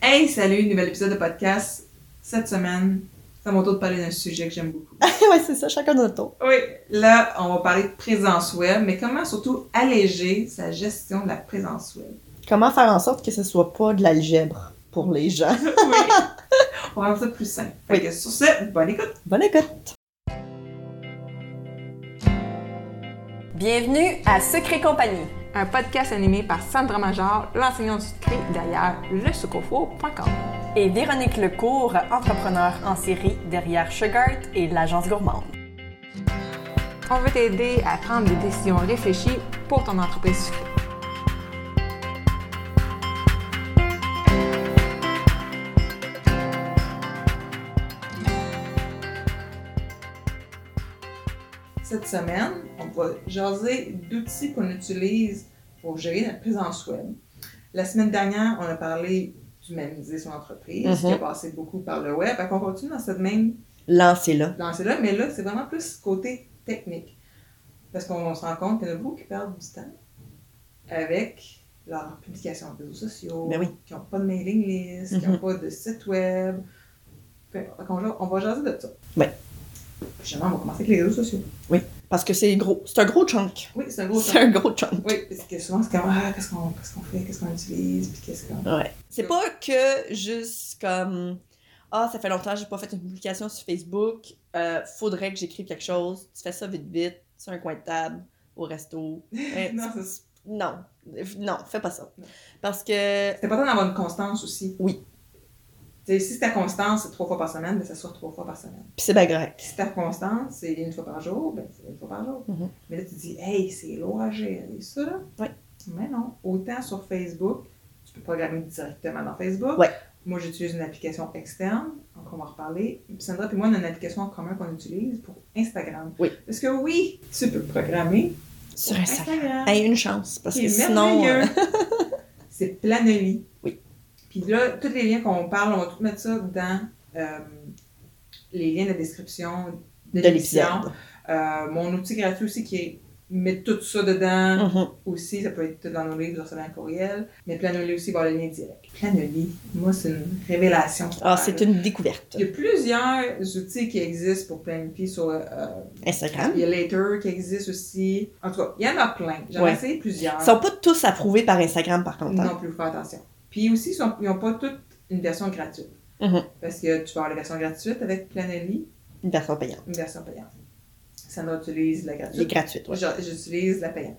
Hey, salut, nouvel épisode de podcast. Cette semaine, c'est à mon tour de parler d'un sujet que j'aime beaucoup. ouais, c'est ça, chacun notre tour. Oui, là, on va parler de présence web, mais comment surtout alléger sa gestion de la présence web. Comment faire en sorte que ce soit pas de l'algèbre pour les gens? oui, on va rendre ça plus simple. Fait que sur ce, bonne écoute. Bonne écoute! Bienvenue à Secret Compagnie. un podcast animé par Sandra Major, l'enseignante du secret, d'ailleurs, le sucrofo.com. Et Véronique Lecourt, entrepreneur en série derrière Sugart et l'agence gourmande. On veut t'aider à prendre des décisions réfléchies pour ton entreprise sucrée. Cette semaine, on va jaser d'outils qu'on utilise pour gérer notre présence web. La semaine dernière, on a parlé d'humaniser son entreprise, qui a Mhm. passé beaucoup par le web. Fait qu'on continue dans cette même Lancez-la. dans là mais là, c'est vraiment plus côté technique. Parce qu'on se rend compte qu'il y en a beaucoup qui perdent du temps avec leurs publications de réseaux sociaux, Ben oui. qui n'ont pas de mailing list, qui Mhm. n'ont pas de site web. Fait qu'on va- on, va jaser de ça. Ouais. Justement, on va commencer avec les réseaux sociaux. Parce que c'est gros. C'est un gros chunk. Oui, c'est un gros C'est sujet. un gros chunk. Oui, parce que souvent, c'est comme Ah, qu'est-ce qu'on qu'est-ce qu'on fait, qu'est-ce qu'on utilise, puis qu'est-ce qu'on. Ouais. C'est pas que juste comme Ah, ça fait longtemps que j'ai pas fait une publication sur Facebook. euh, faudrait que j'écrive quelque chose. Tu fais ça vite vite, sur un coin de table, au resto. Ouais, Non, c'est- c'est- non. Non, fais pas ça. Non. Parce que C'est important d'avoir une constance aussi. Oui. Tu sais, si ta constance, c'est trois fois par semaine, ben, ça sera trois fois par semaine. pis c'est bien correct. Si ta constance, c'est une fois par jour, ben c'est une fois par jour. Mhm. Mais là, tu dis, hey, c'est lourd à gérer, ça, là. Ouais. Mais non. Autant sur Facebook, tu peux programmer directement dans Facebook. Ouais. Moi, j'utilise une application externe, donc on va en reparler. Puis Sandra et moi, on a une application en commun qu'on utilise pour Instagram. Oui. Parce que oui, tu peux programmer Sur Instagram. Instagram. Hey, une chance. Parce C'est que sinon. euh, merveilleux. C'est Planoly. Oui. Puis là, tous les liens qu'on parle, on va tout mettre ça dans euh, les liens de description de, de l'émission. l'épisode. Euh, mon outil gratuit aussi qui est mettre tout ça dedans Mhm. aussi. Ça peut être dans nos livres, dans un courriel. Mais Planoly aussi, voir le lien direct. Planoly, moi, c'est une révélation. Ah, c'est une découverte. Il y a plusieurs outils qui existent pour planifier sur. euh, Instagram. il y a Later qui existe aussi. En tout cas, il y en a plein. J'en ai Ouais. essayé plusieurs. Ils sont pas tous approuvés par Instagram, par contre. hein. Non plus, faut faire attention. Puis aussi, ils sont- ils n'ont pas toutes une version gratuite. Mhm. Parce que tu peux avoir la version gratuite avec Planoly, Une version payante. une version payante. Sandra utilise la Elle est gratuite. gratuite, ouais. Je- J'utilise la payante.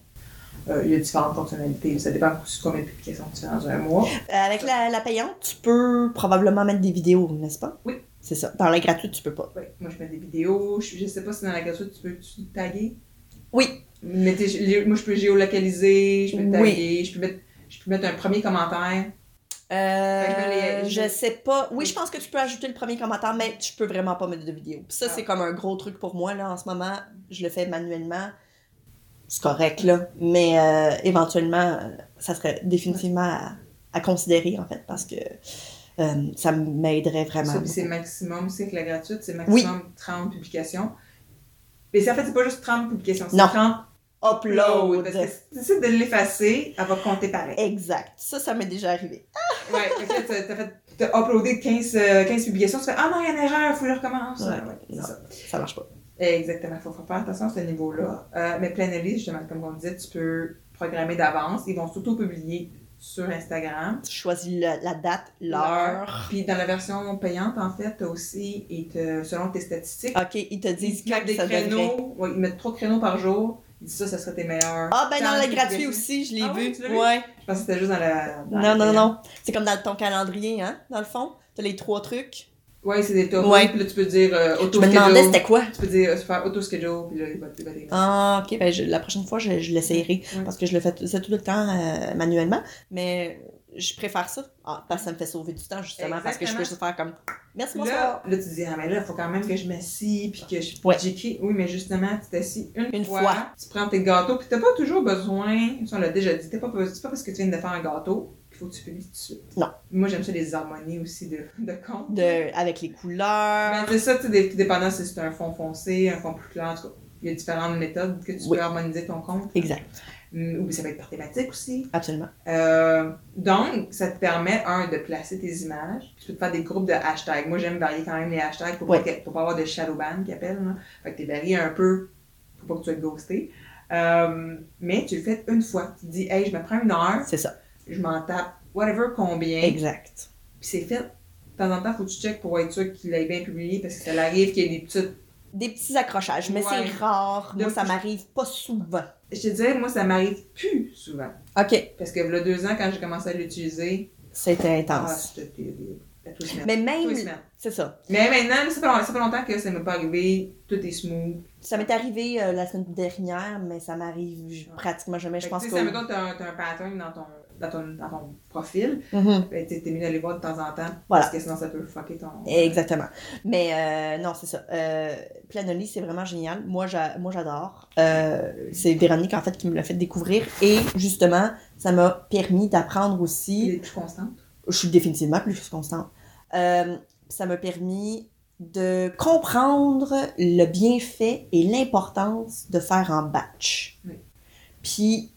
Euh, il y a différentes fonctionnalités. Ça dépend aussi de combien de publications tu fais dans un mois. Euh, Avec la, la payante, tu peux probablement mettre des vidéos, n'est-ce pas? Oui. C'est ça. Dans la gratuite, tu peux pas. Ouais, Moi, je mets des vidéos. Je, je sais pas si dans la gratuite, tu peux tu taguer. Oui. Mais t'es- les- moi, je peux géolocaliser, je peux taguer, Oui. je, peux mettre, je peux mettre un premier commentaire. Euh, Fait que là, les- je sais pas. Oui, Oui. je pense que tu peux ajouter le premier commentaire, mais tu peux vraiment pas mettre de vidéo. Puis ça, Ah. c'est comme un gros truc pour moi, là, en ce moment. Je le fais manuellement. C'est correct, là. Mais euh, éventuellement, euh, ça serait définitivement à, à considérer, en fait, parce que euh, ça m'aiderait vraiment. Ça, puis c'est beaucoup. maximum, c'est que la gratuite, c'est maximum 30 publications. Mais c'est- en fait, c'est pas juste 30 publications, c'est Non. 30 uploads. Upload! Parce que si tu décides de l'effacer, elle va compter pareil. Exact. Ça, ça m'est déjà arrivé. ouais, fait que là, t'as- t'as fait- t'as uploadé 15, euh, 15 publications, tu fais Ah non, il y a une erreur, il faut que je recommence. Ouais, Ouais, c'est non. ça. Ça marche pas. Exactement, il faut faire attention à ce niveau-là. Euh, mais Planalyse, justement, comme on disait, tu peux programmer d'avance. Ils vont surtout publier sur Instagram. Tu choisis la, la date, l'heure. Puis dans la version payante, en fait, t'as aussi, et te- selon tes statistiques, OK, ils te disent Ils mettent quand des ça devrait. créneaux. Ouais, ils mettent trois créneaux par jour. Ils disent ça, ça serait tes meilleurs. Ah, ben Quand dans la tu gratuite fais- aussi, je l'ai Ah ouais, vu. tu l'as vu? ouais. Je pense que c'était juste dans la. dans la- hein. Non, non, non, non. C'est comme dans ton calendrier, hein, dans le fond. T'as les trois trucs. Ouais, c'est des tops. Ouais. Puis là, tu peux dire euh, Je me auto-schedule. demandais c'était quoi. Tu peux dire euh, faire auto-schedule. Puis là, il va te débattre. Ah, ok, ben je- la prochaine fois, je, je l'essayerai. Ouais. Parce que je le fais tout, c'est tout le temps euh, manuellement. Mais je préfère ça. Ah, parce que ça me fait sauver du temps, justement. Parce que je peux Exactement. juste faire comme. Merci, bonsoir. Là, là, tu dis, ah, mais là, il faut quand même que je m'assis. Puis que je- Ouais. j'écris. Oui, mais justement, tu t'assis une, Une fois, fois. Tu prends tes gâteaux. Puis t'as pas toujours besoin. Ça, on l'a déjà dit. t'as pas, c'est pas parce que tu viens de faire un gâteau qu'il faut que tu publies tout de suite. Non. Moi, j'aime ça les harmonies aussi de, de compte. De, avec les couleurs. Ben, c'est ça, tu sais, des- dépendant si c'est un fond foncé, un fond plus clair, en tout cas. Il y a différentes méthodes que tu Oui. peux harmoniser ton compte. Exact. Mm, Ou ça peut être par thématique aussi. Absolument. Euh, donc, ça te permet, un, de placer tes images. Tu peux te faire des groupes de hashtags. Moi, j'aime varier quand même les hashtags pour, Ouais. pas, que- pour pas avoir de shadow ban qui appelle. Là. Fait que tu varié un peu pour pas que tu sois ghosté. Euh, mais tu le fais une fois. Tu te dis, hey, je me prends une heure, C'est ça. je m'en tape whatever combien. Exact. Puis c'est fait. De temps en temps, faut que tu checkes pour être sûr qu'il l'ait bien publié parce que ça arrive qu'il y ait des petites. Des petits accrochages, mais Ouais. c'est rare. De- Moi, ça m'arrive pas souvent. Je te dirais, moi, ça m'arrive plus souvent. OK. Parce que, là, deux ans, quand j'ai commencé à l'utiliser, C'était ah, intense. c'était terrible. À tous les semaines. mais Tous les même. semaines. C'est ça. Mais maintenant, ça fait, long- ça fait longtemps que ça m'est pas arrivé. Tout est smooth. Ça m'est arrivé euh, la semaine dernière, mais ça m'arrive j- Ouais. pratiquement jamais. Je Fait que, pense tu que. sais, ça, mettons, t'as un, t'as un pattern dans ton, dans ton, dans ton profil. Mhm. Ben, t'es t'es mieux d'aller voir de temps en temps. Voilà. Parce que sinon, ça peut fucker ton. Exactement. Mais euh, non, c'est ça. Euh, Planoli, c'est vraiment génial. Moi, j'a- moi, j'adore. Euh, c'est Véronique, en fait, qui me l'a fait découvrir. Et justement, ça m'a permis d'apprendre aussi. Il est plus constant. je suis définitivement plus constante. Euh, ça m'a permis de comprendre le bienfait et l'importance de faire en batch. Oui. Puis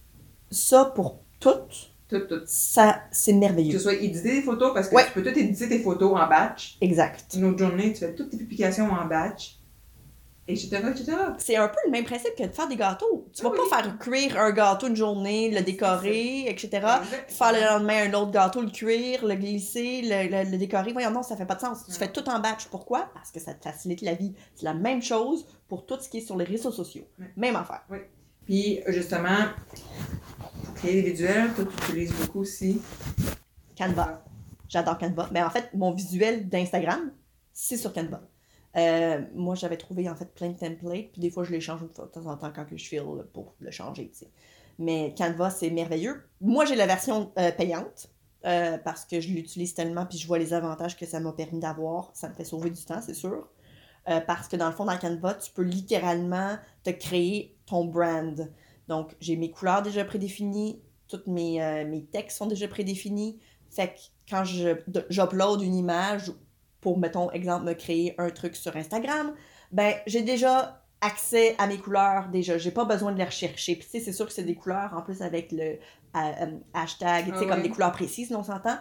ça, pour toutes, Tout, tout. ça, c'est Que merveilleux. ce soit éditer des photos, parce que Ouais. tu peux tout éditer tes photos en batch. Exact. Une autre journée, tu fais toutes tes publications en batch, etc., etc. C'est un peu le même principe que de faire des gâteaux. Tu vas Oui. pas faire cuire un gâteau une journée, le décorer, etc. Faire le lendemain un autre gâteau, le cuire, le glisser, le, le- le décorer. Voyons, non, ça fait pas de sens. Tu Ouais. fais tout en batch. Pourquoi? Parce que ça te facilite la vie. C'est la même chose pour tout ce qui est sur les réseaux sociaux. Ouais. Même affaire. Puis, justement, pour créer des visuels, toi, tu utilises beaucoup aussi. Canva. J'adore Canva. Mais en fait, mon visuel d'Instagram, c'est sur Canva. Euh, moi, j'avais trouvé en fait plein de templates, puis des fois, je les change une fois de temps en temps quand que je file pour le changer. tu sais. Mais Canva, c'est merveilleux. Moi, j'ai la version euh, payante euh, parce que je l'utilise tellement, puis je vois les avantages que ça m'a permis d'avoir. Ça me fait sauver du temps, c'est sûr. Euh, parce que dans le fond, dans Canva, tu peux littéralement te créer ton brand. Donc, j'ai mes couleurs déjà prédéfinies, tous mes, euh, mes textes sont déjà prédéfinis. Fait que quand je- de- j'upload une image pour, mettons, exemple, me créer un truc sur Instagram, ben, j'ai déjà accès à mes couleurs déjà. J'ai pas besoin de les rechercher. Puis, tu sais, c'est sûr que c'est des couleurs, en plus, avec le euh, euh, hashtag, tu sais, Ah comme oui. des couleurs précises, on s'entend,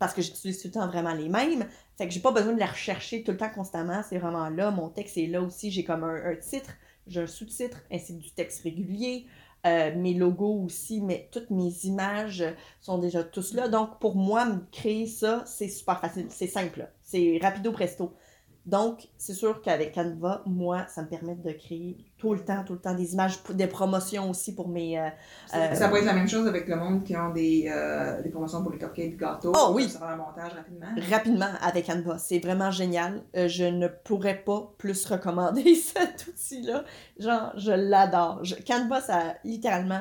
parce que j'utilise tout le temps vraiment les mêmes. Fait que j'ai pas besoin de les rechercher tout le temps constamment. C'est vraiment là. Mon texte est là aussi. J'ai comme un, un titre, j'ai un sous-titre, ainsi que du texte régulier. Euh, mes logos aussi, mais toutes mes images sont déjà tous là. Donc, pour moi, me créer ça, c'est super facile. C'est simple. C'est rapido presto. Donc, c'est sûr qu'avec Canva, moi, ça me permet de créer tout le temps, tout le temps des images, p- des promotions aussi pour mes... euh, euh, Ça pourrait être la même chose avec le monde qui ont des, euh, des promotions pour les cupcakes, des gâteaux. Oh oui. Ça faire un montage rapidement. rapidement avec Canva. C'est vraiment génial. Euh, je ne pourrais pas plus recommander cet outil-là. Genre, je l'adore. Je- Canva, ça a littéralement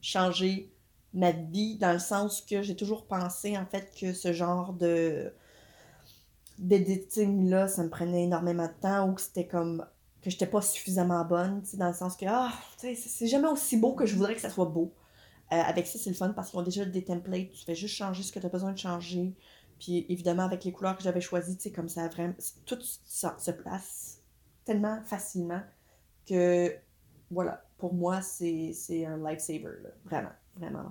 changé ma vie dans le sens que j'ai toujours pensé, en fait, que ce genre de d'éditing-là, ça me prenait énormément de temps ou que c'était comme que j'étais pas suffisamment bonne, tu sais, dans le sens que ah, tu sais, c'est c'est jamais aussi beau que je voudrais que ça soit beau. Euh, avec ça, c'est le fun parce qu'ils ont déjà des templates, tu fais juste changer ce que tu as besoin de changer. Puis évidemment, avec les couleurs que j'avais choisies, tu sais, comme ça, vraiment, c'est- tout ça se place tellement facilement que, voilà, pour moi, c'est c'est un lifesaver, là. Vraiment, vraiment. vraiment.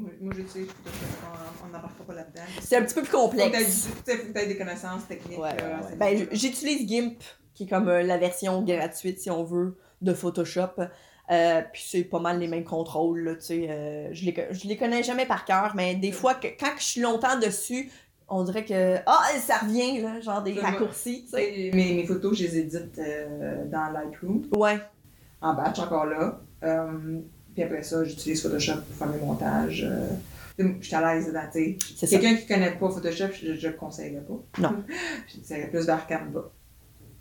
Moi, moi, j'utilise plutôt que- on- on n'embarque pas là-dedans. C'est un petit peu plus Faut que t'aies du- complexe. tu sais, faut que t'aies des connaissances techniques. Ouais, ouais, euh, ouais. c'est Ben, bon, j- j'utilise GIMP, qui est comme euh, la version gratuite, si on veut, de Photoshop. Euh, puis c'est pas mal les mêmes contrôles, là, tu sais. euh, je, les, co- je les connais jamais par cœur, mais des fois, que, quand que je suis longtemps dessus, on dirait que, ah, ça revient, là, genre des Ouais. raccourcis, tu Tu sais, sais. mes, mes photos, je les édite euh, dans Lightroom, Ouais, en batch encore là. Euh, puis après ça, j'utilise Photoshop pour faire mes montages. euh. Je suis à l'aise dans, tu sais, c'est ça. Quelqu'un qui connaît pas Photoshop, je ne conseillerais pas. Non. je dirais plus vers Canva.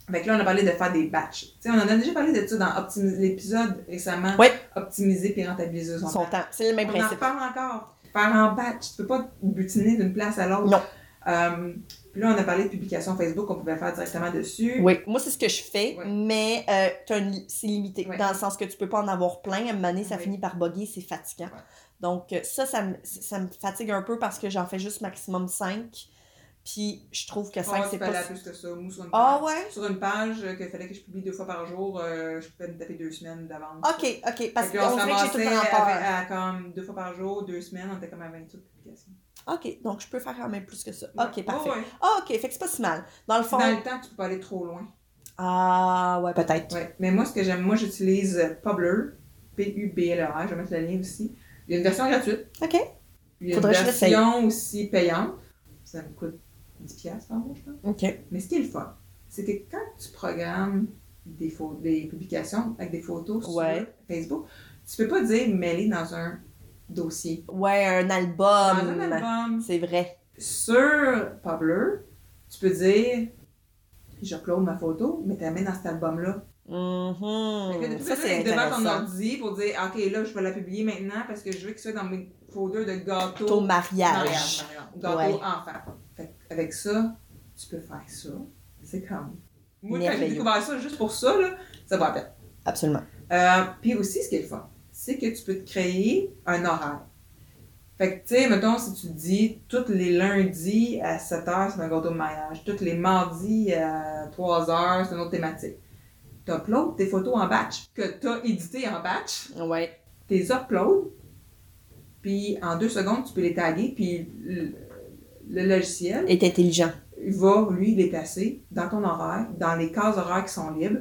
Fait que là, on a parlé de faire des batchs. Tu sais, on en a déjà parlé de ça dans optimi- l'épisode récemment. Ouais. Optimiser puis rentabiliser son, Son temps. C'est le même On en principe. parle encore. Faire en batch. Tu peux pas butiner d'une place à l'autre. Non. Euh, puis là, on a parlé de publication Facebook qu'on pouvait faire directement dessus. Oui, moi, c'est ce que je fais, Ouais. mais euh, t'as une li- c'est limité, Ouais. dans le sens que tu peux pas en avoir plein. À un moment donné, ça Ouais. finit par bugger, c'est fatigant. Donc, euh, ça, ça me, ça me fatigue un peu parce que j'en fais juste maximum 5. Puis je trouve que 5, Ah, c'est tu peux aller pas. à plus que ça. Moi, sur une Ah page, ouais? sur une page euh, qu'il fallait que je publie deux fois par jour, euh, je pouvais me taper deux semaines d'avance. Ok, ok. Parce Fait qu'on se dirait que j'ai tout le temps ramassait avec- peur. hein. à, comme deux fois par jour, deux semaines, on était comme à 28 publications. Ok, donc je peux faire quand même plus que ça. euh, Ouais. Ok, parfait. Ouais, ouais. Ah, ok, fait que c'est pas si mal. Dans le fond. Dans le temps, tu peux pas aller trop loin. Ah, ouais, peut-être. Ouais. Mais moi, ce que j'aime, moi, j'utilise euh, Publer. P-U-B-L-E-R. Je vais mettre le lien aussi. Il y a une version gratuite. Ok. Il y a Faudrait que une je l'essaye. version aussi payante. Ça me coûte 10 piastres par mois, je pense. Ok. Mais ce qui est le fun, c'est que quand tu programmes des, pho- des publications avec des photos sur Ouais. Facebook, tu peux pas dire mêler dans un dossier. Ouais, un Dans album. Ah, un album. C'est vrai. Sur Publer, tu peux dire j'upload ma photo, mais tu la mets dans cet album-là. Fait que Mhm. tu Ça, peux c'est être devant ton intéressant. ordi pour dire OK, là, je vais la publier maintenant parce que je veux que soit dans mes folders de gâteaux. Ton mariage. mariage, mariage, gâteau Ouais. enfant. Fait que avec ça, tu peux faire ça. C'est comme. Moi, quand j'ai Merveilleux. découvert ça juste pour ça, là, ça va à peine. Absolument. Euh, puis aussi, ce qui est le fun, c'est que tu peux te créer un horaire. Fait que, tu sais, mettons, si tu te dis tous les lundis à 7 h, c'est un gâteau de mariage. Tous les mardis à 3 h, c'est une autre thématique. Tu uploads tes photos en batch, que tu as édité en batch, Ouais. tu les uploads, puis en deux secondes, tu peux les taguer, puis le, le logiciel Est intelligent. il va, lui, les placer dans ton horaire, dans les cases horaires qui sont libres.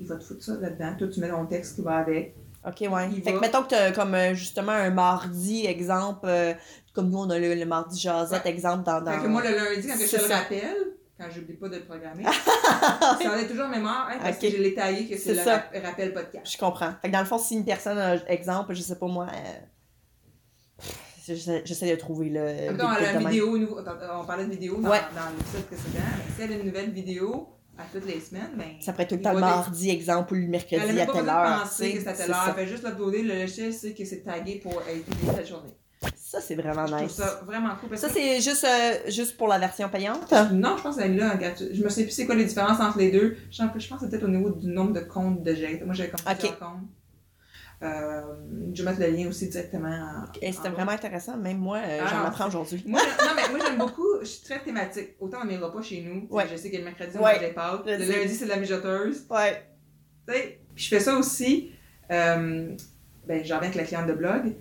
Il va te foutre ça là-dedans. Toi, tu mets ton texte qui va avec. OK, ouais. Il Fait que va. mettons que t'as comme euh, justement un mardi, exemple, euh, comme nous on a le, le mardi jasette, exemple, dans. dans... Fait que moi, le lundi, quand que je C'est te le ça. rappelle, quand j'oublie pas de le programmer, ça en est toujours en mémoire, hein, parce Ok. que je l'ai taillé que c'est C'est le ça. rap- rappel podcast. Je comprends. Fait que dans le fond, si une personne, euh, exemple, je sais pas moi. euh, pff, J'essaie j'essaie de trouver le. Mettons, des elle a trucs une de vidéo, nous- attends, on parlait de vidéo dans, Ouais. dans l'épisode précédent. Si elle a une nouvelle vidéo à toutes les semaines, ben, même. Ça pourrait être tout le il temps le va mardi, exemple, ou le Elle n'a mercredi à même pas telle besoin de heure. penser tu que sais, c'est à c'est telle heure. Elle ça. fait juste l'uploader. Le logiciel sait que c'est tagué pour être publié cette journée. Ça, c'est vraiment Je trouve Oh, nice. ça vraiment cool. parce Ça, que- c'est juste, euh, juste pour la version payante. Non, je pense que celle-là, regarde, je- je me sais plus c'est quoi les différences entre les deux. Je pense que je pense que c'est peut-être au niveau du nombre de comptes de gestes. Moi, j'avais comme Ok. plusieurs comptes. Euh, je vais mettre le lien aussi directement. en- Et en c'était bas. vraiment intéressant. Même moi, euh, Ah, j'en non. apprends aujourd'hui. Moi, je- non, mais moi, j'aime beaucoup. Je suis très thématique. Autant dans mes repas chez nous. Ouais. Je sais que le mercredi, on Ouais. mange des pâtes. Je Le sais. lundi, c'est de la mijoteuse. Ouais. Tu sais, Puis je fais ça aussi. Euh, ben, j'en reviens avec la cliente de blog.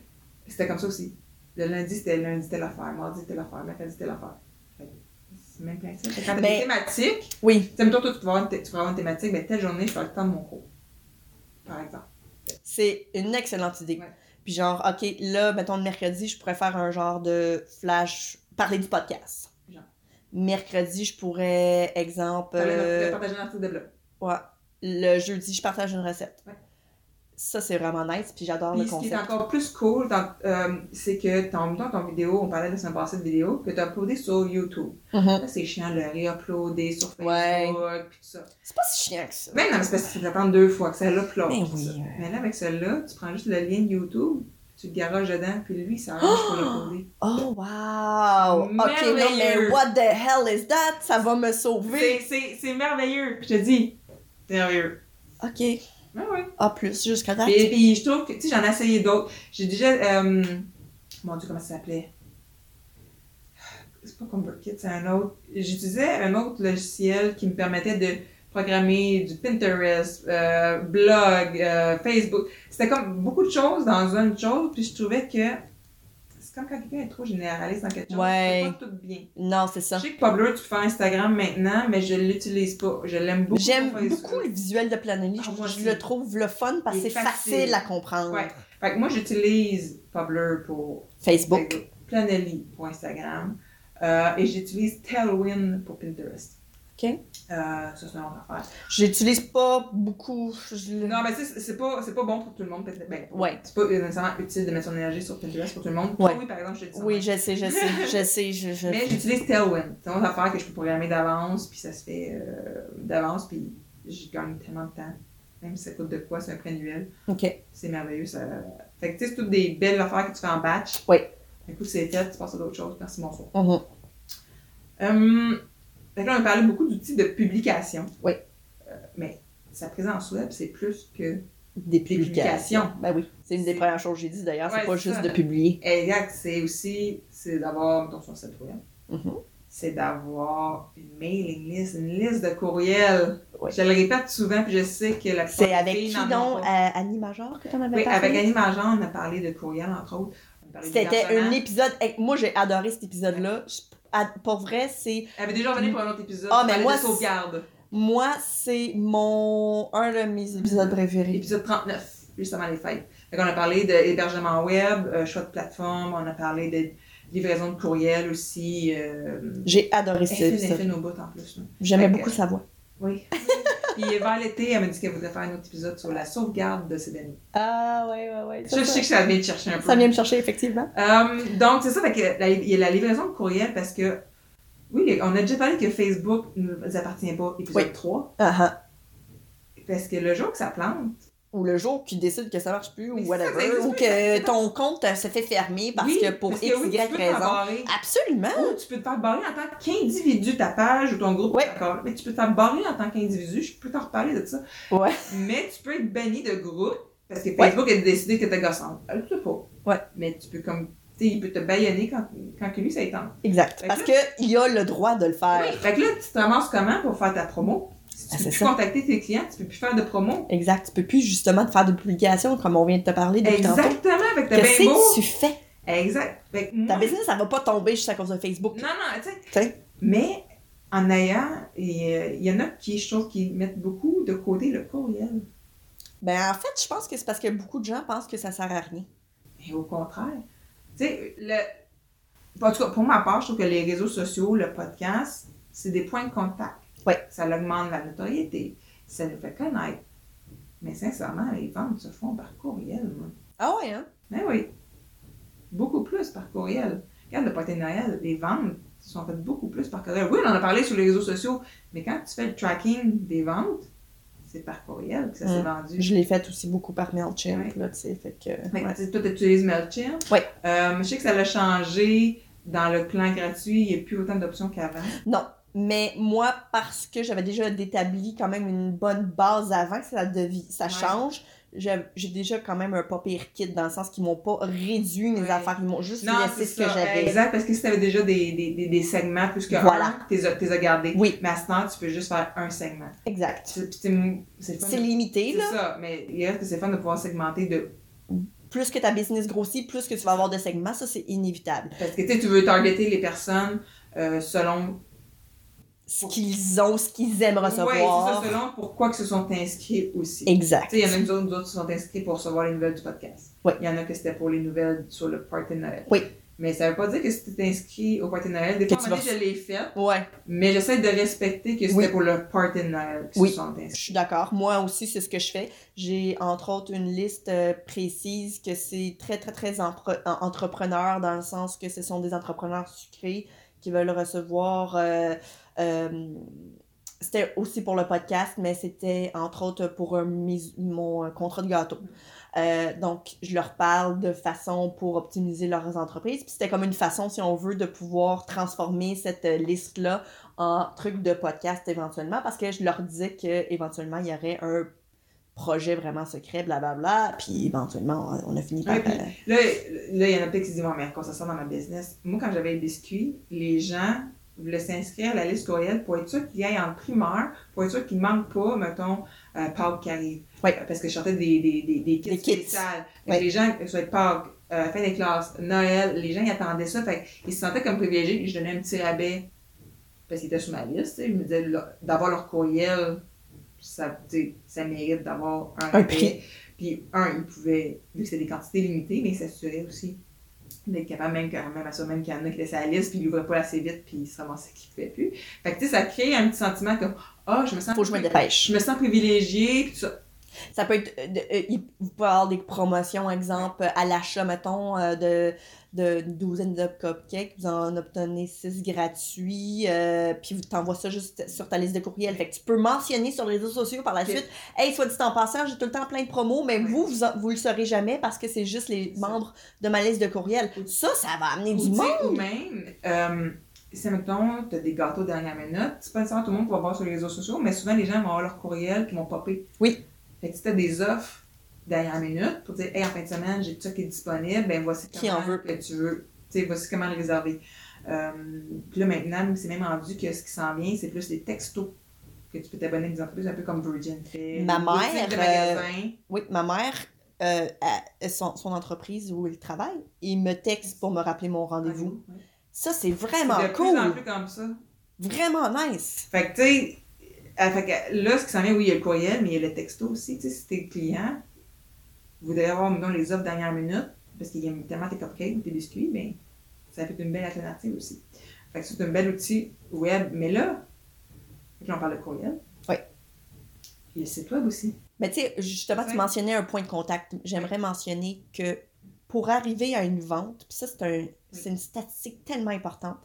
C'était comme ça aussi. Le lundi, c'était lundi, telle affaire. Mardi, telle affaire. Mercredi, telle affaire. Fait que C'est même plein ça. Quand t'as Mais- des thématiques, Oui, Tu sais, mettons, toi, tu vas avoir une, thé- tu vas avoir une thématique, mais telle journée, je fais le temps de mon cours. Par exemple. c'est une excellente idée. Ouais. Puis genre, OK, là, mettons, le mercredi, je pourrais faire un genre de flash, parler du podcast. Genre. Mercredi, je pourrais, exemple, Parler de- euh, de partager un article de blog. ouais, le jeudi, je partage une recette. Ouais. Ça, c'est vraiment nice, puis j'adore le Puis, ce qui est concept. encore plus cool, dans- euh, c'est que ton, dans ton vidéo, on parlait la semaine passée de vidéo, que tu as uploadé sur YouTube. Mhm. Là, c'est chiant de le réuploader sur Facebook, Ouais. puis tout ça. C'est pas si chiant que ça. Mais non, mais c'est parce que ça prend deux fois que ça l'upload. Mais tout oui, ça. euh. Mais là, avec celle-là, tu prends juste le lien de YouTube, tu le garages dedans, puis lui, ça arrange pour l'uploader. Oh, wow! OK, là, mais Merveilleux. what the hell is that? Ça va me sauver. C'est- C'est c'est merveilleux, je te dis. C'est merveilleux. OK, Ah ouais. en plus, jusqu'à date. Et Ah, puis je trouve que, tu sais, j'en ai essayé d'autres. J'ai déjà, euh, mon Dieu, comment ça s'appelait? C'est pas ConvertKit, c'est un autre. J'utilisais un autre logiciel qui me permettait de programmer du Pinterest, euh, blog, euh, Facebook. C'était comme beaucoup de choses dans une chose, puis je trouvais que c'est comme quand quelqu'un est trop généraliste dans quelque chose, Ouais. c'est pas tout bien. Non, c'est ça. Je sais que Pablo, tu peux faire Instagram maintenant, mais je l'utilise pas. Je l'aime beaucoup. J'aime pour Facebook. beaucoup le visuel de Planoli. Ah, Je- moi je, aussi. le trouve le fun parce Il que c'est est facile. facile. à comprendre. Ouais. Fait que moi, j'utilise Pablo pour Facebook. Facebook, Planelli pour Instagram. Euh, et j'utilise Tailwind pour Pinterest. OK. Euh, ça, c'est une autre affaire. J'utilise pas beaucoup. Je le- Non, mais tu sais, c'est c'est pas, c'est pas bon pour tout le monde. peut-être. Ben, Ouais. c'est pas nécessairement utile de mettre son énergie sur Pinterest pour tout le monde. Ouais. Oui, par exemple, je te dis ça. Oui, je sais, je sais, je sais, je, je- Mais j'utilise Tailwind. C'est une autre affaire que je peux programmer d'avance, puis ça se fait euh, d'avance, puis je gagne tellement de temps. Même si ça coûte de quoi, c'est un prix annuel. OK. C'est merveilleux. Ça... Fait que tu sais, c'est toutes des belles affaires que tu fais en batch. Oui. Un coup, c'est fait, tu passes à d'autres choses. Merci, bonsoir. Mhm. Hum, fait que là, on a parlé beaucoup d'outils de publication. Oui. Euh, mais sa présence web, c'est plus que. Des publications. publications. Ben oui. C'est une des C'est- premières choses que j'ai dit d'ailleurs. C'est Ouais, pas c'est juste ça. de publier. Exact, c'est aussi. C'est d'avoir, mettons, son site web. Mhm. c'est d'avoir une mailing list, une liste de courriels. Ouais. Je le répète souvent, puis je sais que la C'est plupart des avec filles qui, n'en ont non? pas. Euh, Annie Major que t'en avais Oui, parlé? avec Annie Major, on a parlé de courriel, entre autres. On a parlé du C'était harcèlement. un épisode... hey, Moi, j'ai adoré cet épisode-là. Je- à- Pour vrai, c'est... Elle avait déjà revenu pour un autre épisode. Ah, on mais parlait moi, de sauvegarde. Moi, c'est mon... Un de mes épisodes préférés. Épisode 39, juste avant les fêtes. Donc, on a parlé d'hébergement web, euh, choix de plateforme, on a parlé de livraison de courriel aussi. Euh, J'ai adoré cet elle fait épisode. une au bout en plus. là. J'aimais Fait que- beaucoup sa voix. Oui. Puis vers l'été, elle m'a dit qu'elle voudrait faire un autre épisode sur la sauvegarde de ses données. Ah, ouais, ouais, ouais. Je sais que ça vient de chercher un peu. Ça vient me chercher, effectivement. Euh, donc, c'est ça, fait que la, il y a la livraison de courriel parce que, oui, les- on a déjà parlé que Facebook ne nous appartient pas, épisode Oui. 3, Ah, ah. parce que le jour que ça plante, Ou le jour qu'ils décident que ça marche plus, Mais ou c'est ça, ça whatever, existe ou plus, que ton compte euh, se fait fermer parce oui, que pour parce X, oui, Y tu peux te faire raison. barrer. Absolument! Ou tu peux te faire barrer en tant qu'individu, ta page ou ton groupe, Oui. d'accord, mais tu peux te faire barrer en tant qu'individu, je peux t'en reparler de ça. Ouais. Mais tu peux être banni de groupe parce que Ouais. Facebook a décidé que t'es gossante. Elle le pas. Ouais. Mais tu peux comme, tu sais, il peut te baïonner quand, quand que lui, ça étend. Exact. Fait Parce que qu'il a le droit de le faire. Oui, fait que là, tu te ramasses comment pour faire ta promo? Si tu Ah, peux c'est plus ça. contacter tes clients, tu peux plus faire de promo. Exact. Tu peux plus justement te faire de publications comme on vient de te parler depuis tantôt. Exactement, fait que t'as Qu'est-ce bien beau. Mm. que tu fais? Exact. Fait que moi- Ta business, ça va pas tomber juste à cause de Facebook. Non, non, tu T'sais. sais. Mais en ayant, et, euh, il y en a qui, je trouve, qui mettent beaucoup de côté le courriel. Ben en fait, je pense que c'est parce que beaucoup de gens pensent que ça sert à rien. Et au contraire, tu sais, le... en tout cas, pour ma part, je trouve que les réseaux sociaux, le podcast, c'est des points de contact. Ouais. Ça augmente la notoriété, ça nous fait connaître. Mais sincèrement, les ventes se font par courriel, moi. Ah ouais, hein? Ben oui. Beaucoup plus par courriel. Regarde le pâté de Noël, les ventes sont faites beaucoup plus par courriel. Oui, on en a parlé sur les réseaux sociaux, mais quand tu fais le tracking des ventes, c'est par courriel que ça s'est Mm. vendu. Je l'ai fait aussi beaucoup par MailChimp, Ouais. là, tu sais. Fait que. Fait que, ouais. tu sais, Toi, tu utilises MailChimp. Ouais. Euh, je sais que ça l'a changé dans le plan gratuit, il n'y a plus autant d'options qu'avant. Non. Mais moi, parce que j'avais déjà établi quand même une bonne base avant que ça, devi- ça Ouais. change, j'ai j'ai déjà quand même un pas pire kit dans le sens qu'ils m'ont pas réduit mes Ouais. affaires, ils m'ont juste laissé ce que ça, j'avais. Exact, parce que si tu avais déjà des, des, des, des segments plus que Voilà. un, tu les as- tu les as gardés. Oui. Mais à ce temps, tu peux juste faire un segment. Exact. C'est puis c'est- c'est le fun C'est de- limité, C'est là. ça, mais il reste que c'est fun de pouvoir segmenter de. Plus que ta business grossit, plus que tu vas avoir de segments, ça c'est inévitable. Parce que tu sais, tu veux targeter les personnes euh, selon. Ce qu'ils ont, ce qu'ils aiment Ouais, c'est recevoir. ça, selon pourquoi que se sont inscrits aussi. Tu exact. sais, il y en a une autres, d'autres qui sont inscrits pour recevoir les nouvelles du podcast. Ouais. Il y en a que c'était pour les nouvelles sur le party de Noël. Oui. Mais ça veut pas dire que si tu inscrit au party de Noël, des Que fois, à un tu moment vas- donné, je l'ai fait, Ouais, mais j'essaie de respecter que c'était Oui. pour le party de Noël qu'ils Oui. se sont inscrits. je suis d'accord. Moi aussi, c'est ce que je fais. J'ai entre autres une liste euh, précise que c'est très, très, très empre- en- entrepreneur dans le sens que ce sont des entrepreneurs sucrés qui veulent recevoir. euh, euh, c'était aussi pour le podcast, mais c'était entre autres pour un mis- mon euh, contrat de gâteau. Euh, donc, je leur parle de façon pour optimiser leurs entreprises. Puis c'était comme une façon, si on veut, de pouvoir transformer cette euh, liste-là en truc de podcast éventuellement parce que je leur disais que éventuellement il y aurait un projet vraiment secret, blablabla. Puis éventuellement, on on a fini par. Ouais, puis- euh, Là, là, il y en a peut-être qui se disent, ouais, mais à quoi ça sert dans ma business? Moi, quand j'avais les biscuits, les gens voulaient s'inscrire à la liste courriel pour être sûr qu'ils aillent en primeur, pour être sûr qu'ils ne manquent pas, mettons, euh, Pâques qui arrive. Ouais. Euh, Parce que je sortais des, des, des, des kits Des kits. spéciales. Fait Ouais. que Les gens, que ce soit Pâques, euh, fin des classes, Noël, les gens, ils attendaient ça. Fait qu'ils se sentaient comme privilégiés. Je donnais un petit rabais parce qu'ils étaient sur ma liste. tu sais. Je me disais, là, d'avoir leur courriel, ça, tu sais, ça mérite d'avoir un, rabais. prix. Puis, un, ils pouvaient, vu que c'est des quantités limitées, mais ils s'assuraient aussi d'être capable, même, que- même à ça, même qu'il y en a qui laissaient la liste, puis ils l'ouvraient pas assez vite, puis ils se ramassaient qu'ils pouvaient plus. Fait que, tu sais, ça crée un petit sentiment comme, ah, je me sens. Faut que je me dépêche. je me sens privilégiée, puis tout ça. Ça peut être. euh, de- euh, il- vous pouvez avoir des promotions, exemple, à l'achat, mettons, euh, de, de une douzaine de cupcakes. Vous en obtenez six gratuits. euh, puis vous t'envoies ça juste sur ta liste de courriel. Fait que tu peux mentionner sur les réseaux sociaux par la Ok. suite. Hey, soit dit en passant, j'ai tout le temps plein de promos, mais Ouais. vous, vous, en- vous le saurez jamais parce que c'est juste les C'est ça. membres de ma liste de courriel. Oui. Ça, ça va amener Ou, du tu monde. sais, ou même, euh, si, mettons, t'as des gâteaux dernière minute, c'est pas nécessairement tout le monde qui va voir sur les réseaux sociaux, mais souvent, les gens vont avoir leur courriel, qui vont popper. Oui. Fait que si t'as des offres dernière minute, pour dire, hey, en fin de semaine, j'ai tout ça qui est disponible, ben voici Qui comment en veut? que tu veux, tu sais, voici comment le réserver. Euh, puis là, maintenant, c'est même rendu que ce qui s'en vient, c'est plus les textos que tu peux t'abonner à des entreprises, un peu comme Virgin fait. Ma des mère, boutiques de euh, magasins. Oui, ma mère, euh, elle- son, son entreprise où elle travaille, il me texte pour me rappeler mon rendez-vous. Ouais. Ça, c'est C'est vraiment de plus en cool. plus comme ça. Vraiment nice. Fait que, tu sais, euh, fait que là, ce qui s'en vient, oui, il y a le courriel, mais il y a le texto aussi. Tu sais, si t'es client, vous devez avoir, mettons, les offres dernière minute, parce qu'il aime tellement tes cupcakes ou tes biscuits, mais ça fait une belle alternative aussi. Fait que c'est un bel outil web. Mais là, fait que là, on parle de courriel. Oui. Il y a le site web aussi. Mais tu sais, justement, tu Ouais. mentionnais un point de contact. J'aimerais mentionner que pour arriver à une vente, puis ça, c'est un, c'est une statistique tellement importante.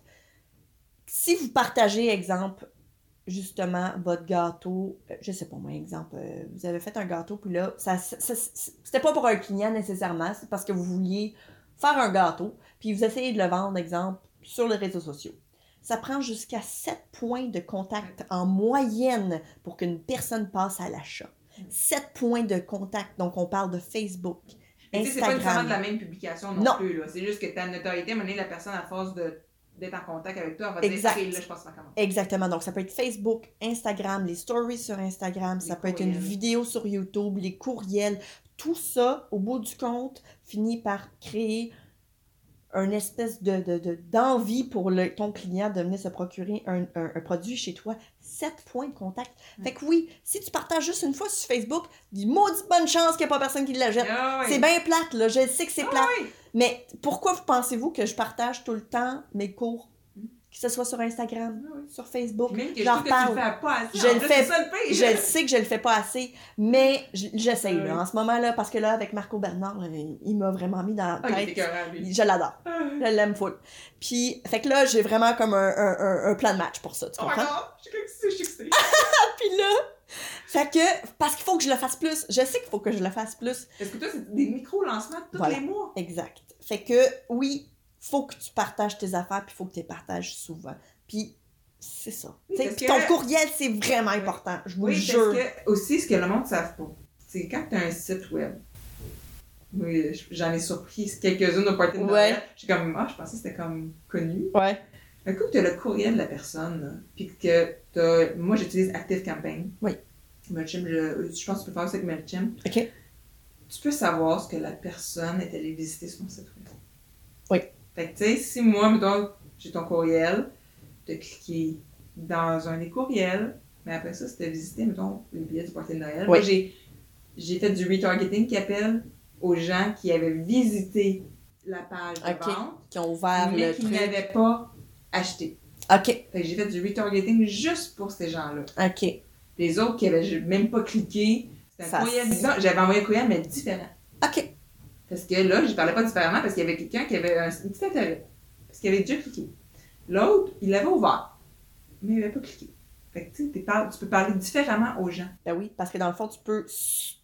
Si vous partagez, exemple, justement, votre gâteau, euh, je sais pas moi, exemple, euh, vous avez fait un gâteau, puis là, ça, ça- ça- c'était pas pour un client nécessairement, c'est parce que vous vouliez faire un gâteau, puis vous essayez de le vendre, exemple, sur les réseaux sociaux. Ça prend jusqu'à 7 points de contact en moyenne pour qu'une personne passe à l'achat. 7 points de contact, donc on parle de Facebook, Mais tu sais, c'est pas nécessairement de la Instagram. même publication non, Non. plus. là. C'est juste que ta notoriété, à un moment donné, la personne, à force de- d'être en contact avec toi, elle va Exact. dire, Hey, là, je passe ma commande. Exactement, donc ça peut être Facebook, Instagram, les stories sur Instagram, ça Les peut être une courriels. vidéo sur YouTube, les courriels, tout ça, au bout du compte, finit par créer une espèce de, de- de- d'envie pour le, ton client de venir se procurer un, un- un produit chez toi. Sept points de contact. Fait que oui, si tu partages juste une fois sur Facebook, dis maudite bonne chance qu'il n'y a pas personne qui la jette. Ah oui. C'est bien plate, là. Je sais que c'est Ah plate. oui. Mais pourquoi vous pensez-vous que je partage tout le temps mes cours? Mm. Que ce soit sur Instagram, Ah oui. sur Facebook. Même que je J'en trouve que tu le parle. fais pas assez. Je En le fait, fais- c'est ça le pire. Je le sais que je le fais pas assez, mais j- j'essaye Ouais. là, en ce moment-là, parce que là, avec Marco Bernard, là, il il m'a vraiment mis dans Ah, la il est tête. écœurant, lui. Je l'adore. Ah. Je l'aime full. Puis, fait que là, j'ai vraiment comme un, un- un- un plan de match pour ça, tu Oh my comprends? god, je suis excitée, je suis excitée. Puis là, fait que, parce qu'il faut que je le fasse plus. Je sais qu'il faut que je le fasse plus. Parce que toi, c'est des micro-lancements tous Voilà. les mois. Exact. Fait que oui, faut que tu partages tes affaires, puis faut que tu les partages souvent. Puis c'est ça. Oui, T'sais, parce puis que- ton courriel, c'est vraiment important. Je vous le Oui, jure. parce que aussi, ce que le monde ne savent pas, c'est quand tu as un site web. Oui, j- j'en ai surpris quelques-unes au party de Ouais. Noël. J'ai comme, ah, je pensais que c'était comme connu. Ouais. Un coup que tu as le courriel de la personne, là, puis que tu as. Moi, j'utilise ActiveCampaign. Oui. MailChimp, je, je pense que tu peux faire ça avec MailChimp. OK. Tu peux savoir ce que la personne est allée visiter sur mon site web. Oui. Fait que, tu sais, si moi, mettons, j'ai ton courriel, de cliquer dans un des courriels, mais après ça, c'était visiter, mettons, le billet du party de Noël. Oui. Moi, j'ai, j'ai fait du retargeting qui appelle aux gens qui avaient visité la page de OK. vente, Qui ont ouvert mais le qui truc. n'avaient pas acheté. OK, Fait que j'ai fait du retargeting juste pour ces gens-là. OK. Les autres qui avaient même pas cliqué, c'était Ça un courriel se- différent. J'avais envoyé un courriel, mais différent. OK. Parce que là, je parlais pas différemment parce qu'il y avait quelqu'un qui avait un petit intérêt. Parce qu'il avait déjà cliqué. L'autre, il l'avait ouvert, mais il avait pas cliqué. Fait que tu sais, t'es par- tu peux parler différemment aux gens. Ben oui, parce que dans le fond, tu peux su-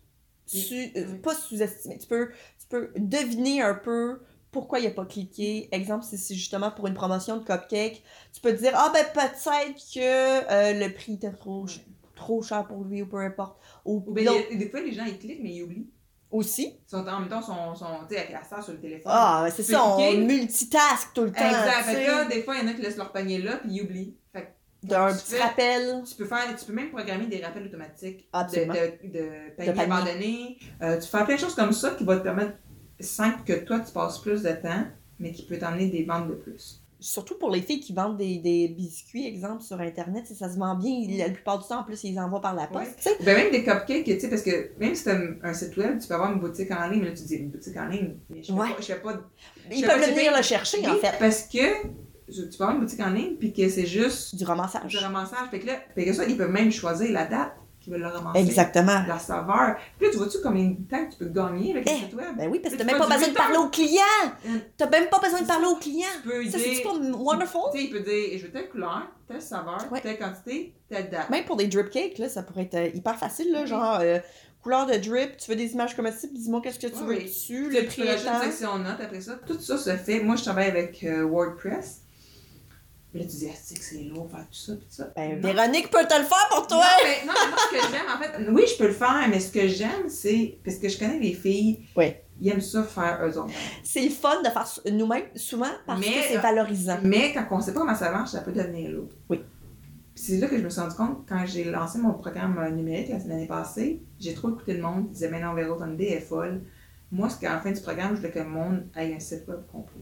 su- euh, Oui. pas sous-estimer, tu peux, tu peux deviner un peu pourquoi il a pas cliqué. Exemple, si c'est justement pour une promotion de cupcake, tu peux te dire Ah ben peut-être que euh, le prix était trop, ch- trop cher pour lui ou peu importe. Ou, Ou bien, l'autre il y a- des fois, les gens, ils cliquent, mais ils oublient. aussi. Ils sont en même temps, sont, sont, tu sais, avec la star sur le téléphone. Ah, ben, c'est Tu peux ça, cliquer. on multitask tout le temps. exact. tu Fait sais. que là, des fois, il y en a qui laissent leur panier là, puis ils oublient. Fait que D'un tu petit fais- rappel. Tu peux faire, tu peux même programmer des rappels automatiques Absolument. de, de, de paniers De paniers. abandonnés. Euh, tu fais plein de choses comme ça qui vont te permettre, sans que toi tu passes plus de temps, mais qui peut t'emmener des ventes de plus. Surtout pour les filles qui vendent des, des biscuits, exemple, sur Internet, si ça se vend bien, ils- la plupart du temps, en plus, ils les envoient par la poste. Ouais. tu sais. Ou bien même des cupcakes, tu sais, parce que même si tu un, un site web, tu peux avoir une boutique en ligne, mais là tu dis une boutique en ligne, mais je fais Ouais. pas, je fais pas de- Je Ils sais peuvent pas, venir c'est- le chercher, en Oui, fait. Parce que je- tu peux avoir une boutique en ligne, puis que c'est juste du Du ramassage. ramassage. Fait que là, fait que ça, ils peuvent même choisir la date qu'ils veulent le ramasser. Exactement. La saveur. Puis là, tu vois-tu combien de temps que tu peux gagner avec le Eh, site web? Ben oui, parce que t'as Mais même tu pas vas besoin de du parler au Mm. client. T'as même pas besoin de parler au client. Tu peux Ça, c'est dire- pas wonderful? Tu sais, il peut dire, je veux telle couleur, telle saveur, Ouais. telle quantité, telle date. Même pour des drip cakes, là, ça pourrait être euh, hyper facile, là, genre euh, couleur de drip, tu veux des images comestibles, dis-moi qu'est-ce que tu Ouais, veux oui. dessus, Tu sais, tu le prix peux est rajouter une section notes après ça. Tout ça se fait. Moi, je travaille avec euh, WordPress. Mais là, tu dis, ah, c'est que c'est lourd faire tout ça, tout ça. Ben, non. Véronique peut te le faire pour Non, toi! mais, non, mais moi, ce que j'aime, en fait, oui, je peux le faire, mais ce que j'aime, c'est. Parce que je connais les filles. Ouais. ils aiment ça faire eux autres. C'est fun de faire s- nous-mêmes, souvent, parce Mais, que c'est euh, valorisant. Mais quand on sait pas comment ça marche, ça peut devenir lourd. Oui. Puis c'est là que je me suis rendu compte, quand j'ai lancé mon programme euh, numérique la- l'année passée, j'ai trop écouté le monde qui disait Mais non, Véro, ton idée est folle. Moi, ce qu'en fin du programme, je voulais que le monde ait un site web complet.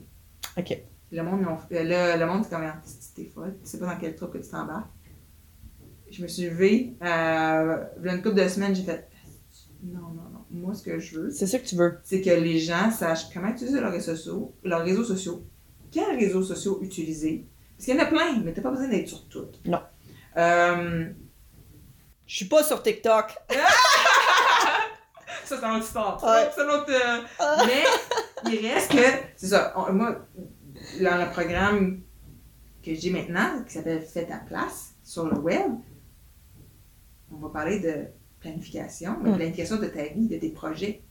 OK. Le monde, ils ont- euh, le, le monde, c'est comme Si t'es folle, tu sais pas dans quel truc que tu t'embarques. Je me suis levée, euh, voilà une couple de semaines, j'ai fait Ah, Non, non, non. Moi, ce que je veux, C'est ça que tu veux. c'est que les gens sachent comment utiliser leurs réseaux sociaux, leurs réseaux sociaux, quels réseaux sociaux utiliser. Parce qu'il y en a plein, mais t'as pas besoin d'être sur toutes. Non. Euh, Je suis pas sur TikTok. ça, c'est une autre histoire. Ouais. C'est une autre. euh, Ah. Mais il reste que. C'est ça. on- moi, dans le programme que j'ai maintenant, qui s'appelle Fais ta place sur le web, on va parler de planification, mais Mm. planification de ta vie, de tes projets.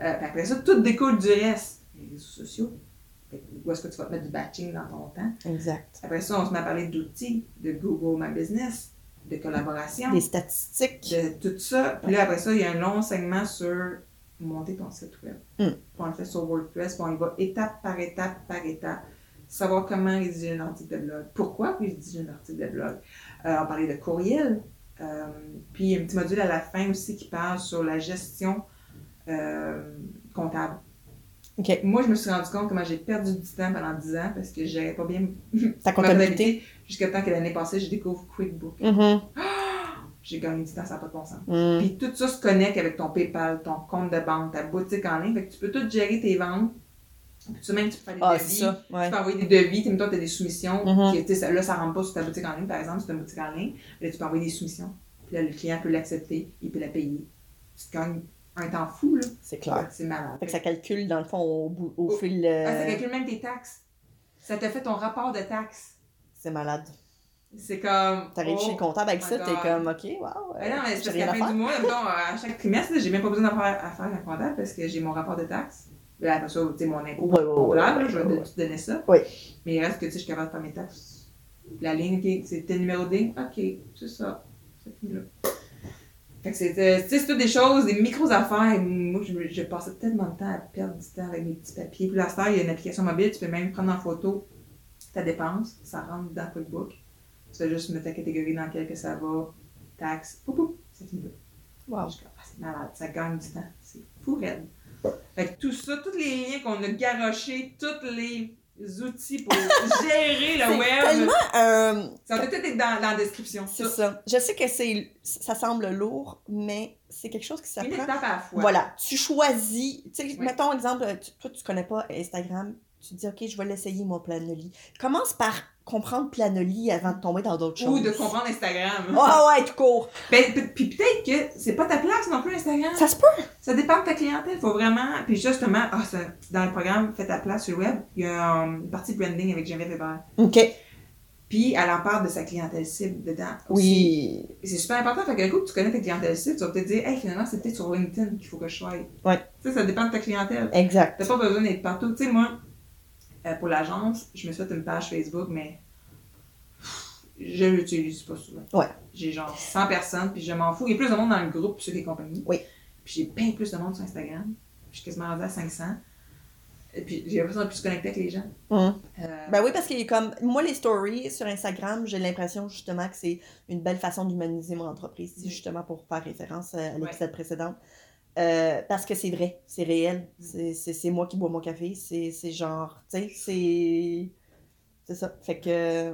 Euh, puis après ça, tout découle du reste. Les réseaux sociaux. Fait que Où est-ce que tu vas te mettre du batching dans ton temps? Exact. Après ça, on se met à parler d'outils, de Google My Business, de collaboration Des statistiques. de tout ça. Puis là, après ça, il y a un long segment sur monter ton site web. Mm. Puis on le fait sur WordPress, puis on y va étape par étape par étape. Savoir comment rédiger un article de blog. Pourquoi rédiger un article de blog? Euh, on parlait de courriel. Euh, puis il y a un petit module à la fin aussi qui parle sur la gestion euh, comptable. OK. Moi, je me suis rendu compte comment j'ai perdu du temps pendant 10 ans parce que je n'avais pas bien Ta ma comptabilité. jusqu'à temps que l'année passée, je découvre QuickBook. Mhm. J'ai gagné du temps, ça n'a pas de bon sens. Mm. Puis tout ça se connecte avec ton PayPal, ton compte de banque, ta boutique en ligne. Fait que tu peux tout gérer tes ventes. Puis tu même, tu peux faire des Ah, devis. c'est ça. Tu Ouais. peux envoyer des devis. Tu as des soumissions. Mhm. qui, tu sais, ça- là, ça rentre pas sur ta boutique en ligne, par exemple, sur ta boutique en ligne. Là, tu peux envoyer des soumissions. Puis là, le client peut l'accepter. Il peut la payer. Tu te gagnes un temps fou, là. C'est clair. C'est malade. Fait que ça calcule, dans le fond, au, bout- au Oh. fil. Ah, ça euh, calcule même tes taxes. Ça te fait ton rapport de taxes. C'est malade. C'est comme. T'arrives chez oh. le comptable avec my ça, t'es God. comme, OK, wow. euh, Ben non, mais c'est j'ai parce qu'à rien la fin à faire. du mois, mettons, euh, à chaque trimestre, là, j'ai même pas besoin d'en faire affaire à la comptable parce que j'ai mon rapport de taxes. Là, après ça, tu sais, mon impôt Ouais, ouais, Oh, ouais, comptable, là, ouais, je vais ouais, te- te donner ça. Oui. Mais il reste que, tu sais, je suis capable de faire mes taxes. La ligne, OK, c'est tes numéro D, OK, c'est ça. C'est fini là. Fait que c'est, euh, tu sais, c'est toutes des choses, des micros-affaires. Moi, je, me- je passais tellement de temps à perdre du temps avec mes petits papiers. Puis là, à cette heure, il y a une application mobile, tu peux même prendre en photo ta dépense, ça rentre dans QuickBook. Tu fais juste mettre ta catégorie dans laquelle que ça va, taxes, pou, pou, c'est fini là. Wow. Je suis comme, Ah, c'est malade, ça gagne du temps. C'est fou, raide. Fait que tout ça, tous les liens qu'on a garochés, tous les outils pour gérer le C'est web, tellement un- ça va peut-être être dans, dans la description. C'est Euh, Ça. ça. Je sais que c'est, ça semble lourd, mais c'est quelque chose qui Une s'apprend. étape à la fois. Voilà, tu choisis. Tu sais, Oui. mettons exemple, tu- toi, tu connais pas Instagram, tu dis, OK, je vais l'essayer, moi, Planoly. Commence par comprendre Planoly avant de tomber dans d'autres Ou choses. de comprendre Instagram. Ah ouais, tout court. Ben, p- puis peut-être que c'est pas ta place non plus, Instagram. Ça se peut. Ça dépend de ta clientèle. Faut vraiment. Puis justement, ah, ça- dans le programme Fais ta place sur le web, il y a euh, une partie branding avec Geneviève Weber. OK. Puis elle en parle de sa clientèle cible dedans. aussi. Oui. Et c'est super important. Fait que le coup que tu connais ta clientèle cible, tu vas peut-être dire, hey, finalement, c'est peut-être sur LinkedIn qu'il faut que je sois. Ouais. Tu sais, ça dépend de ta clientèle. Exact. T'as pas besoin d'être partout. Tu sais, moi, euh, pour l'agence, je me suis fait une page Facebook, mais je l'utilise pas souvent. Ouais. J'ai genre 100 personnes, puis je m'en fous. Il y a plus de monde dans le groupe sur les compagnies. Oui. Puis j'ai bien plus de monde sur Instagram. Je suis quasiment rendue à 500. Et puis j'ai l'impression de plus connecter avec les gens. Hum. Euh, Ben oui, parce qu'il est comme. Moi, les stories sur Instagram, j'ai l'impression justement que c'est une belle façon d'humaniser mon entreprise. C'est Oui. justement pour faire référence euh, à l'épisode précédent. Euh, parce que c'est vrai, c'est réel. Mm. C'est- C'est c'est moi qui bois mon café. C'est c'est genre. Tu sais, c'est. C'est ça. Fait que. Euh,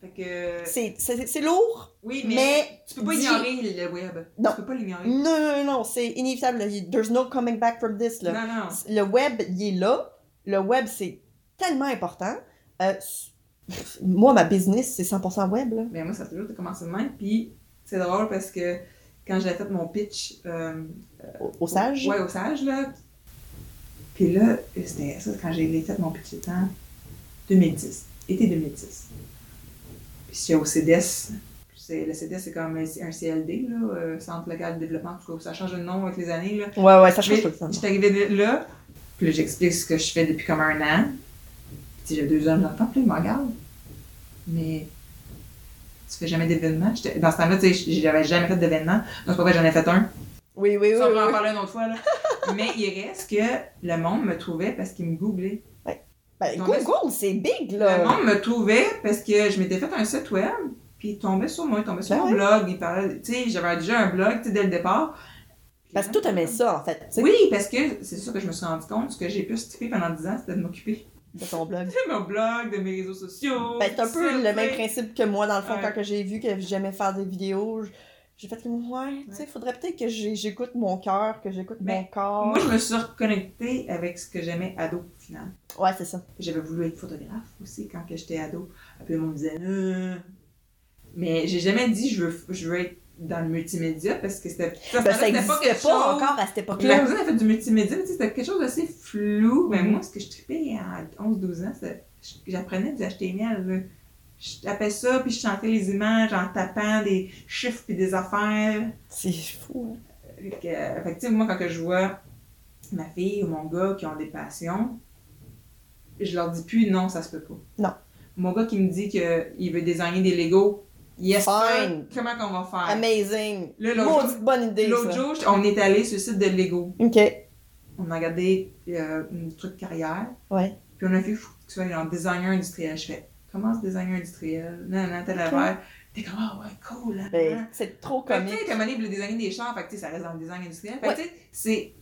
fait que, C'est c'est- c'est lourd. oui, mais, Mais. tu peux pas dis- ignorer le web. Non. Tu peux pas l'ignorer. Non, non, non, c'est inévitable. There's no coming back from this. Là. Non, non. Le web, il est là. Le web, c'est tellement important. Euh, s- moi, ma business, c'est 100% web. Là. Ben moi, ça a toujours été commencé de même. Puis c'est drôle parce que quand j'ai fait mon pitch euh, Au, au sage. Ouais, au sage, là. Puis là, c'était ça, quand j'ai fait mon pitch temps, 2010, été 2010. Puis j'étais au CDS. C'est- Le CDS, c'est comme un un CLD, là, euh, Centre local de développement. En tout cas, ça change de nom avec les années, là. Ouais, ouais, ça change Mais tout le temps. J'étais arrivée de- là, puis là, j'explique ce que je fais depuis comme un an. Puis j'ai deux hommes d'enfants, puis là, ils me regardent. Mais tu fais jamais d'événement? J'étais- Dans ce temps-là, tu sais, j'avais jamais fait d'événement. Donc, c'est pas vrai, j'en ai fait un. Oui, oui, oui. Ça, on oui. pourra en parler une autre fois, là. Mais il reste que le monde me trouvait parce qu'il me googlait. Ben, Non, mais- Google, c'est big, Le là. monde me trouvait parce que je m'étais fait un site web, puis il tombait sur moi, il tombait sur Ben mon ouais. blog, il parlait, tu sais, j'avais déjà un blog, tu sais, dès le départ. Parce que tout aimait ça, en fait. tu sais, Oui, parce que c'est sûr que je me suis rendu compte, ce que j'ai pu stripper pendant 10 ans, c'était de m'occuper De ton blog. de mon blog, de mes réseaux sociaux. Ben, c'est un tout peu ça, le tu sais. même principe que moi, dans le fond, Ouais. quand que j'ai vu que j'aimais faire des vidéos, j- j'ai fait comme, ouais, tu sais, faudrait peut-être que j'ai- j'écoute mon cœur, que j'écoute Mais mon corps. Moi, je me suis reconnectée avec ce que j'aimais ado, au final. Ouais, c'est ça. J'avais voulu être photographe aussi quand que j'étais ado. Puis le monde me disait Euh. Mais j'ai jamais dit je veux, je veux être dans le multimédia parce que c'était ça, Ben, ça c'était n'existait pas, encore à cette La époque-là. personne a fait du multimédia, mais tu sais, c'était quelque chose d'assez flou. Mais moi, ce que je tripais à 11-12 ans, c'est j'apprenais du HTML. là. Je tapais ça, puis je chantais les images en tapant des chiffres puis des affaires. C'est fou, hein. Fait que, euh, fait que, tu sais, moi, quand que je vois ma fille ou mon gars qui ont des passions, je leur dis plus non, ça se peut pas. Non. Mon gars qui me dit qu'il veut designer des Legos, yes, Fine. sir, comment qu'on va faire? Amazing. Là, l'autre jour- Maudite bonne idée, l'autre ça. jour, on est allé sur le site de Lego. OK. Ben, On a regardé euh, un truc carrière, Ouais. puis on a fait, faut que tu sois en designer industriel. Je fais, comment ce designer industriel? Non, non, t'as la Ok. verre. T'es comme, ah ouais, cool, hein? Ben, c'est trop Fait que, tu comique. sais, comme un livre, le design des champs, fait que, tu sais, ça reste dans le design industriel. Fait que, Ouais. tu sais, c'est.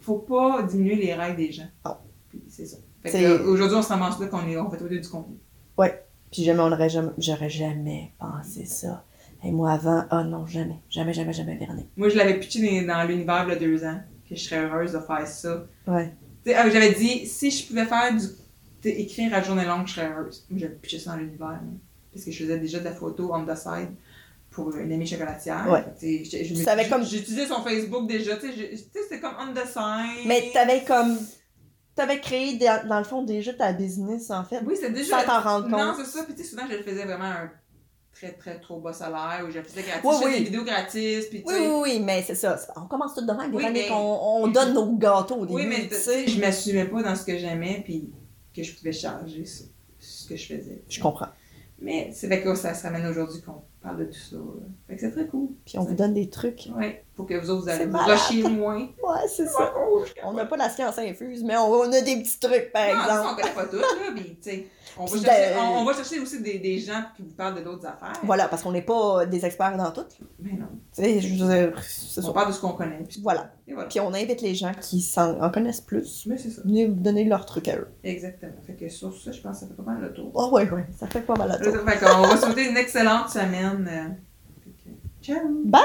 Faut pas diminuer les règles des gens. Non. Puis c'est ça. Fait Ah. C'est- que, euh, aujourd'hui, on se ramasse là qu'on est, on fait tous les deux du contenu. Puis jamais, on l'aurait jamais, j'aurais jamais pensé ça. Et moi, avant, oh non, jamais. Jamais, jamais, jamais, Véronique. Moi, je l'avais pitché dans, dans l'univers il y a deux ans, que je serais heureuse de faire ça. Ouais. Tu sais, euh, j'avais dit, si je pouvais faire du. tu sais, écrire à journée longue, je serais heureuse. Moi, j'avais pitché ça dans l'univers, hein. parce que je faisais déjà de la photo on the side pour une amie chocolatière. Ouais. Fait que, tu sais, je- je- Tu savais je- comme- J'utilisais son Facebook déjà, tu sais, je- tu sais, c'était comme on the side. Mais t'avais comme. T'avais créé, dans dans le fond, déjà ta business, en fait. Oui, c'était déjà. Sans t'en rendre Non, compte. c'est ça. Puis tu sais, souvent, je le faisais vraiment un très, très trop bas salaire ou je le faisais gratis. Oui, je faisais oui. des vidéos gratis. Puis tu Oui, sais. oui, oui, mais c'est ça. c'est- On commence tout demain, Oui, Véronique. mais- On, on donne nos gâteaux au début. Oui, mais tu tu sais. sais, je m'assumais pas dans ce que j'aimais puis que je pouvais charger ce, ce que je faisais. Je comprends. Mais c'est vrai que ça se ramène aujourd'hui qu'on parle de tout ça. là. Fait que c'est très cool. Puis on vous donne des trucs. Ouais. Pour que vous autres, vous C'est allez vous malade. rusher moins. Ouais, c'est ça. Oh, je On n'a pas la science infuse, mais on, on a des petits trucs, par Non, ça, on exemple. connaît pas tout, là, mais tu sais, on, va Puis chercher- de- on, on va chercher aussi des, des gens qui vous parlent de d'autres affaires. Voilà, parce qu'on n'est pas des experts dans tout. Tu Mais non, sais, je veux dire, c'est on ça. parle de ce qu'on connaît. Puis, Voilà. et voilà. Puis on invite les gens qui s'en en connaissent plus. Mais c'est ça. Venez vous donner leurs trucs à eux. Exactement. Fait que sur ça, je pense que ça fait pas mal le tour. Ah ouais, ouais, ça fait pas mal à Fait toi. qu'on va souhaiter une excellente semaine. euh, fait que, Ciao!